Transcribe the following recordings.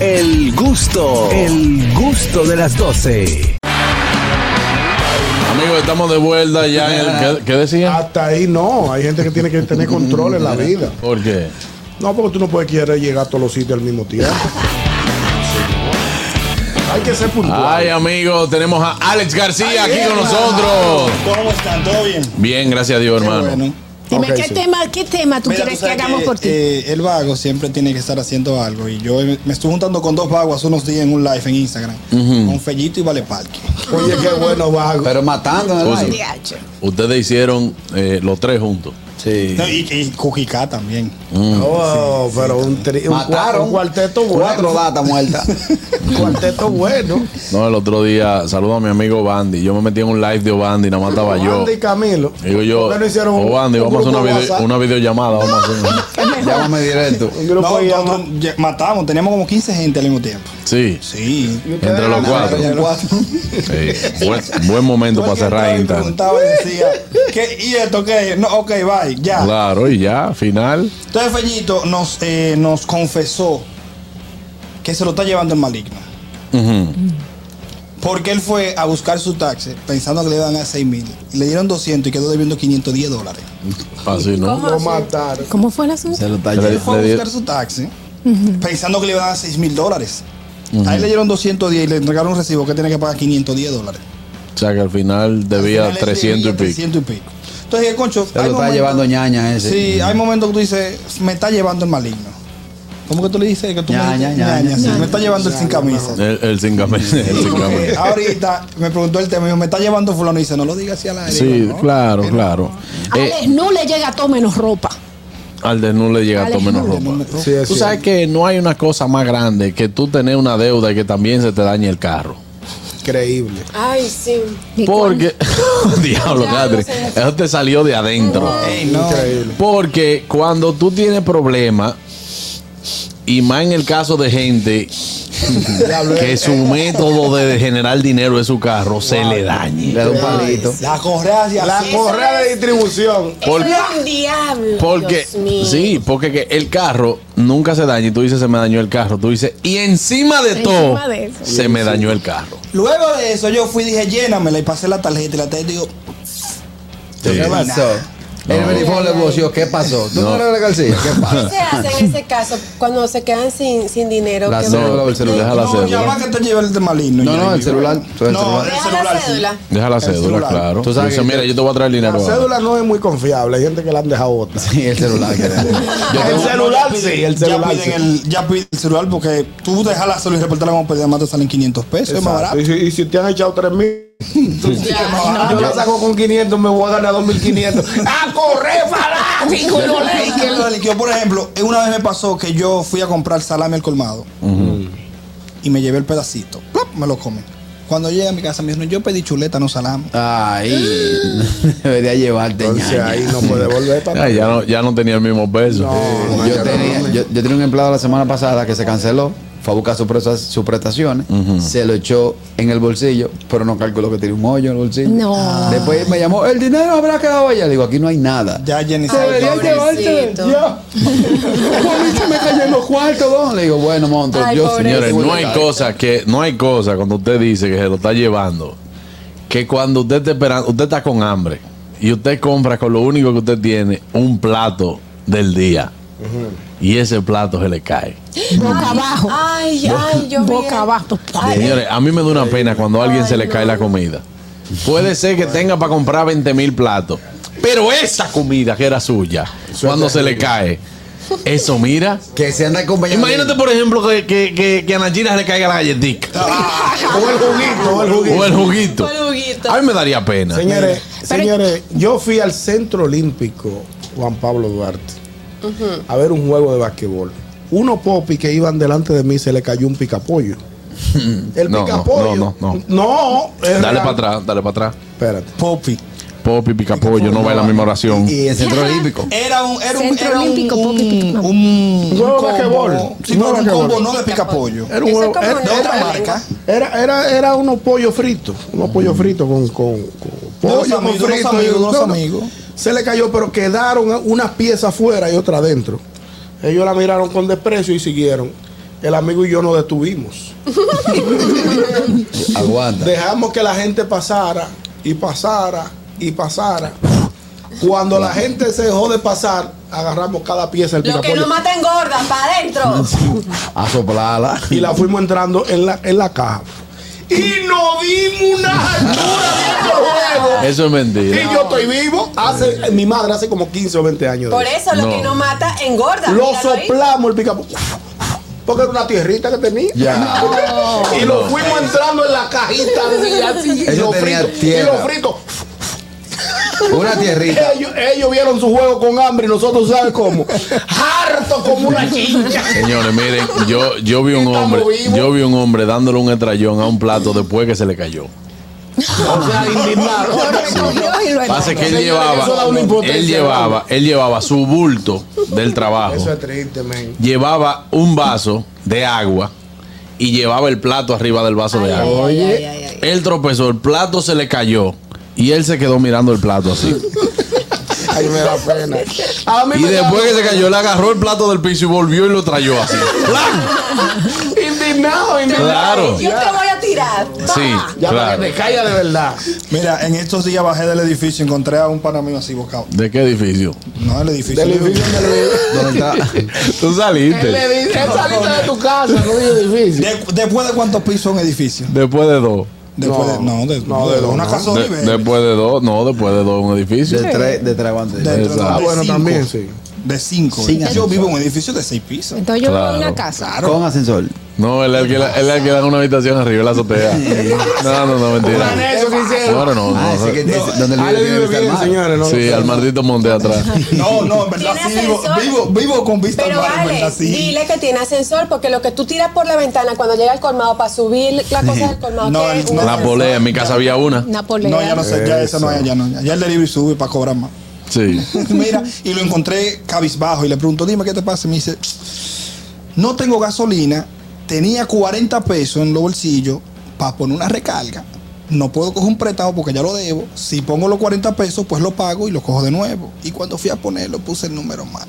El gusto, el gusto de las 12. Amigos, estamos de vuelta ya en el. ¿Qué, qué decía? Hasta ahí no. Hay gente que tiene que tener control en la vida. ¿Por qué? No, porque tú no puedes querer llegar a todos los sitios al mismo tiempo. Hay que ser puntual. Ay, amigos, tenemos a Alex García Este aquí con Eva. nosotros. ¿Cómo están? ¿Todo bien? Bien, gracias a Dios, Qué hermano. bueno. Dime, Ok, ¿qué, sí. tema, ¿qué tema tú Mira, tú quieres que sabes hagamos que, por ti? eh, el vago siempre tiene que estar haciendo algo. Y yo me estuve juntando con dos vagos hace unos días en un live en Instagram. Con Fellito y Vale Parque. Oye, qué bueno vago. Pero matando en el Cosa. aire. Diache. Ustedes hicieron eh, los tres juntos. Sí. No, y, y Cujicá también. Oh, pero un, tri- un, cua- Mataron un cuarteto bueno. Cuatro latas muertas. Un cuarteto bueno. No, el otro día, saludo a mi amigo Bandy. Yo me metí en un live de Bandy, nada más estaba yo. Wanda y Camilo. Digo yo, ¿Por qué no hicieron un- oh, Bandy, un vamos a hacer grupo una, video- WhatsApp? una videollamada. Vamos a hacer una- Llámame directo. Un No, grupo de no, llamadas. no, ya- matamos, teníamos como 15 gente al mismo tiempo. Sí, Sí. entre los cuatro. Con cuatro. Sí. Buen, buen momento para cerrar y Insta. preguntaba y decía, ¿qué? ¿Y esto qué? No, ok, bye, ya. Claro, y ya, final. Entonces Fellito nos, eh, nos confesó que se lo está llevando el maligno. Ujú. Porque él fue a buscar su taxi pensando que le iban a 6 mil. Le dieron 200 y quedó debiendo 510 dólares. Así, ¿no? ¿Cómo? Lo mataron. ¿Cómo fue el asunto? Se lo está Se le- Él llevando. fue a le dio- buscar su taxi pensando que le iban a 6 mil dólares. A él le dieron 210 y le entregaron un recibo que tiene que pagar 510 dólares. O sea que al final Al debía final él 300 y debía pico. 300 y pico. Entonces, eh, concho, Se lo hay está momentos- llevando ñaña ese. Sí, hay momentos que tú dices, me está llevando el maligno. ¿Cómo que tú le dices que tú Ñaña, me dices, ñaña, ñaña, sí, ñaña. me está llevando el sin camisa? El, el sin camisa. El sin Porque camisa. ahorita me preguntó el tema, me dijo, me está llevando fulano y dice, no lo digas así al aire. Sí, Digo, no. claro, claro. Eh, Alex no le llega a todo menos ropa. al desnudo le llega a todo Alex menos Nulo. ropa. Sí, es Tú sabes cierto. que no hay una cosa más grande que tú tener una deuda y que también se te dañe el carro. Increíble. Ay, sí. Porque, diablo, Ya, no Catri, sé. eso te salió de adentro. Ey, no. Increíble. Porque cuando tú tienes problemas, y más en el caso de gente que su método de generar dinero es su carro, se le Le dañe. da un palito. La correa hacia La así. correa de distribución. Porque- un diablo. Porque, Dios mío. sí, porque que el carro nunca se daña y tú dices se me dañó el carro. Tú dices, y encima de Encima todo, de eso. se me dañó el carro. Luego de eso yo fui y dije, llénamela y pasé la tarjeta y la tarjeta digo, Sí. ¿Qué pasó? El verificador le voció. ¿Qué pasó? ¿Tú No. no eres la García? ¿Qué ¿Qué pasa? se hace en ese caso cuando se quedan sin, sin dinero? La ¿Qué cédula van? o el celular. Deja la no, ya cédula. va que te lleve el de maligno. No, Y no, yo el digo, celular, el No, el celular. Deja celular la sí. cédula. Deja la El cédula, celular. claro. Tú sabes Dice, que- mira, yo te voy a traer dinero. La ahora". cédula no es muy confiable. Hay gente que la han dejado otra. Sí, el celular. que era. Yo El tengo- celular sí, el ya celular piden sí. el, ya piden el celular porque tú dejas la cédula y reportarla como pérdida más te salen 500 pesos, es más Exacto. barato. Y si, y si te han echado 3 mil, yo la saco con 500, me voy a ganar 2500. ¡A correr, fanático! no le- Yo, por ejemplo, eh, una vez me pasó que yo fui a comprar salami al colmado y me llevé el pedacito. ¡plop! Me lo comí. Cuando llegué a mi casa me dijeron, yo pedí chuleta, no salami. Ay, debería llevarte Entonces ñaña. ahí no puede volver. papá. Ay, ya, no, ya no tenía el mismo peso. No, Yo no, tenía, yo, yo tenía un empleado la semana pasada que se canceló, fue a buscar sus presa- sus prestaciones, se lo echó en el bolsillo, pero no calculó que tenía un hoyo en el bolsillo. No. Después me llamó, el dinero habrá quedado allá. Digo, aquí no hay nada. Ya Jenny Se sabe debería todo. llevarte. Pobrecito. Ya. Por mí se me cayeron los cuartos, don. Le digo, bueno, monto. Ay, yo pobrecito. Señores, no hay Ay, cosa que, no hay cosa cuando usted dice que se lo está llevando, que cuando usted está esperando, usted está con hambre y usted compra con lo único que usted tiene, un plato del día. Y ese plato se le cae. Boca abajo. Ay, ay, yo vi- Boca abajo. Ay, Señores, a mí me da una pena cuando a alguien se le cae la comida. Puede ser que tenga para comprar 20 mil platos, pero esa comida que era suya, cuando se le cae, eso mira. Que se anda acompañando. Imagínate, por ejemplo, que, que, que, que a Nachira le caiga la galletita O el juguito, o el juguito. o el juguito. fue el juguito. A mí me daría pena. Señores, señores, yo fui al Centro Olímpico Juan Pablo Duarte a ver un juego de basquetbol. Unos popis que iban delante de mí se le cayó un picapollo. El No, no, picapollo. no, no, no. es Dale real. para atrás, dale para atrás. Espérate. Popi. Popi, picapollo, no va la misma oración. Y el centro olímpico. Era un, era un, Centro era un, Olímpico, un, Popi, Pica- un, un Nuevo combo. basquetbol. Sí, Nuevo pero un combo basquetbol. no de picapollo. Era, un Eso huevo- es como era- De otra Nuevo marca. era- era- era unos pollos fritos. Unos pollos fritos con, con, con Dos pollo, con amigos, dos frito y- amigos, dos no, no. amigos. Se le cayó, pero quedaron unas piezas afuera y otra adentro. Ellos la miraron con desprecio y siguieron. el amigo y yo nos detuvimos. Aguanta. Dejamos que la gente pasara y pasara y pasara. Cuando la gente se dejó de pasar, agarramos cada pieza del Lo que picapollo no mata engorda, para adentro. A soplarla. y la fuimos entrando en la, en la caja. Y nos dimos una altura viendo el juego. Eso es mentira. Y yo estoy vivo. Hace, mi madre hace como 15 o 20 años. de Por eso lo No. que no mata engorda. Lo Míralo ahí. soplamos el picapo. Porque era una tierrita que tenía. Ya. y lo fuimos entrando en la cajita. Y, así, y Eso lo tenía frito, y tierra. lo frito. Una tierrita. Ellos, ellos vieron su juego con hambre y nosotros, ¿sabes cómo? Harto como una chincha. Señores, miren, yo, yo vi un Estamos hombre, vivos. yo vi un hombre dándole un estrellón a un plato después que se le cayó. O sea, indignado. Pasa que él Señores, llevaba, eso da una impotencia él llevaba, él llevaba su bulto del trabajo, Eso es triste, men. llevaba un vaso de agua y llevaba el plato arriba del vaso Ay, de ay, agua. ay, Oye. ay, ay, ay. Él tropezó, el plato se le cayó y él se quedó mirando el plato así. Ay, me da pena. A mí Y me da después que se pena. cayó, él agarró el plato del piso y volvió y lo trayó así. Indignado, indignado. Claro. Yo te voy a tirar. Sí, Toma. Ya para claro. que te caiga de verdad. Mira, en estos días bajé del edificio y encontré a un pana mío así bocado. ¿De qué edificio? No, el edificio. Del edificio en el- ¿Dónde está? Tú Le saliste. dice, "Él saliste de tu casa, no es difícil. De- después de cuántos pisos un edificio. Después de dos. Después No. de, no, de, No, de dos, una no. casa de De- niveles. después de dos, no, después de dos un edificio. De tres, de tres aguantes. De tres, Exacto. de Ah, bueno, cinco. también, sí. De cinco. Sin yo ascensor. vivo en un edificio de seis pisos. Entonces yo Claro. voy a una casa. Con ascensor. No, él alquila, él alquila una habitación arriba de la azotea. No, no, no, mentira. Eso que hicieron. Ahora no, Ah, ese que no. ese- donde el Ah, le video vive tiene que bien, estar mal. señores. No, Sí, al maldito monte atrás. No, no, en verdad Tiene sí vivo, ascensor. vivo, vivo con vista al Pero mar, en vale, verdad sí. dile que tiene ascensor porque lo que tú tiras por la ventana cuando llega el colmado para subir la cosa del colmado No, que es el- un no. La polea, en mi casa había una. Napoleón. No, ya no sé, ya esa no hay, ya no. hay. Ya el delivery sube para cobrar más. Sí. Mira, y lo encontré cabizbajo y le pregunto, dime qué te pasa. Y me dice, no tengo gasolina, tenía 40 pesos en los bolsillos para poner una recarga. No puedo coger un prestado porque ya lo debo. Si pongo los 40 pesos, pues lo pago y lo cojo de nuevo. Y cuando fui a ponerlo, puse el número mal.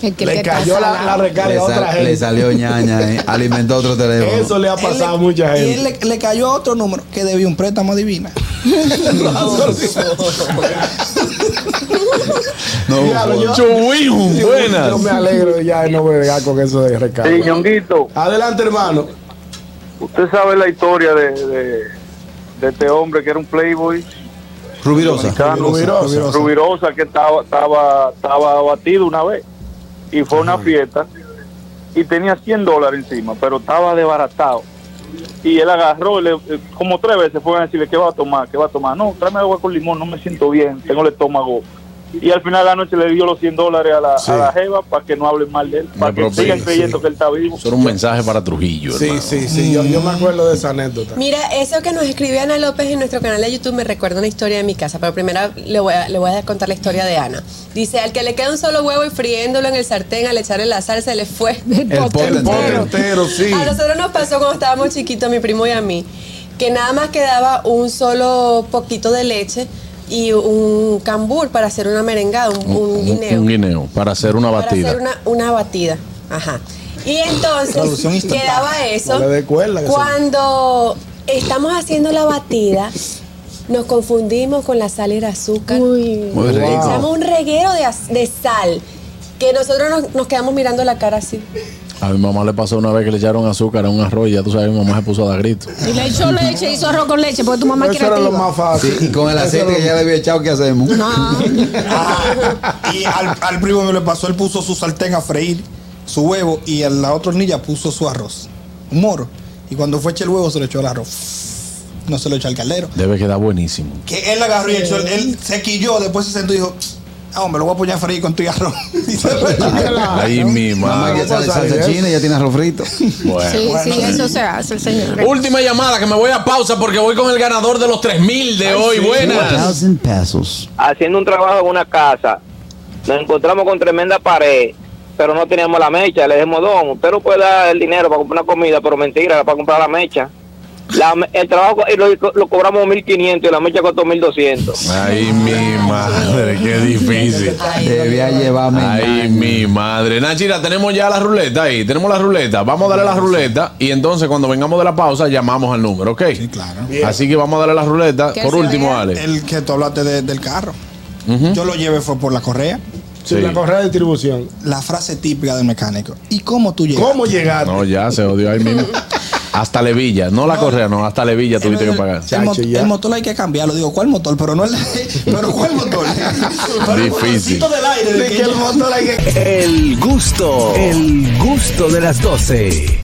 El que Le te cayó la, casaba. la recarga Le, a otra sal- le gente. salió ñaña, eh. alimentó otro teléfono. Eso le ha pasado a Él le- mucha Y él gente. le, le cayó otro número que debía un préstamo adivina. no, Diablo, yo- Chubuín, yo- Yo me buenas. alegro ya de no bregar con eso de recarga. Sí, Ñonguito, Adelante, hermano. usted sabe la historia de, de- de este hombre que era un playboy Rubirosa. mexicano, Rubirosa. Rubirosa, Rubirosa, que estaba, estaba, estaba abatido una vez y fue a una fiesta y tenía 100 dólares encima, pero estaba desbaratado. Y él agarró, y le- eh, como tres veces fue a decirle, ¿qué va a tomar? ¿Qué va a tomar? No, tráeme agua con limón, no me siento bien, tengo el estómago. Y al final de la noche le dio los 100 dólares a la, a la Jeva para que no hablen mal de él, para Me que propina, sigan creyendo sí. que él está vivo. Eso era un mensaje para Trujillo, Sí, hermano. sí, sí. Yo, yo me acuerdo de esa anécdota. Mira, eso que nos escribió Ana López en nuestro canal de YouTube me recuerda una historia de mi casa, pero primero le voy, a, le voy a contar la historia de Ana. Dice, al que le queda un solo huevo y friéndolo en el sartén al echarle la salsa, le fue El pote El pote entero. entero, sí. A nosotros nos pasó cuando estábamos chiquitos, a mi primo y a mí, que nada más quedaba un solo poquito de leche y un cambur para hacer una merengada, un, un Un, guineo. un guineo para hacer una para batida. hacer una, una batida. Ajá. Y entonces Traducción instantánea. quedaba eso. No le dé cuerda, que se- cuando estamos haciendo la batida, nos confundimos con la sal y el azúcar. Uy. Muy rico. Echamos un reguero de, az- de sal que nosotros nos, nos quedamos mirando la cara así. A mi mamá le pasó una vez que le echaron azúcar a un arroz y ya tú sabes, mi mamá se puso a dar gritos. Y le echó leche, hizo arroz con leche, porque tu mamá Eso quiere era lo más fácil. Sí, y con el aceite que ya le había echado, ¿qué hacemos? Ah. y al, al primo me le pasó, él puso su sartén a freír, su huevo, y a la otra hornilla puso su arroz, un moro. Y cuando fue eché el huevo, se lo echó al arroz. No se lo echó al caldero. Debe quedar buenísimo. Que él agarró y echó, el- él se quilló, después se sentó y dijo, ah, hombre, lo voy a apoyar a freír con tu y arroz. Y se lo echó. Ah, Ahí mi Mamá, madre. que sale salsa china y ya tiene arroz frito. Bueno. Sí, sí, eso se hace el señor. Última llamada, que me voy a pausa porque voy con el ganador de los 3000 de hoy. Buenas. 1000 pesos. haciendo un trabajo en una casa. Nos encontramos con tremenda pared, pero no teníamos la mecha. Le dijimos, don, usted no puede dar el dinero para comprar una comida, pero mentira, era para comprar la mecha. La me- el trabajo co- lo, lo cobramos 1.500 y la mecha costó 1.200. Ay, mi madre, qué difícil. Debía llevarme. Ay, mi madre. Nachira, tenemos ya la ruleta ahí. Tenemos la ruleta. Vamos a darle la ruleta y entonces cuando vengamos de la pausa llamamos al número, ¿ok? Sí, claro. Así que vamos a darle la ruleta. Que Por se último, vea. Ale. El que tú hablaste de- del carro. Ujú. Yo lo llevé fue por la correa. Sí. Sin la correa de distribución. La frase típica del mecánico. ¿Y cómo tú llegas? ¿Cómo llegaste? No, ya se odió ahí mismo. Hasta Levilla, no la correa, no, hasta Levilla tuviste que pagar. El, mo- Chacho, ya. el motor hay que cambiarlo. Digo, ¿cuál motor? Pero no el. Pero ¿cuál motor? Pero el Difícil. motorcito del aire. del De que que el yo- motor hay que- El gusto, el gusto de las 12.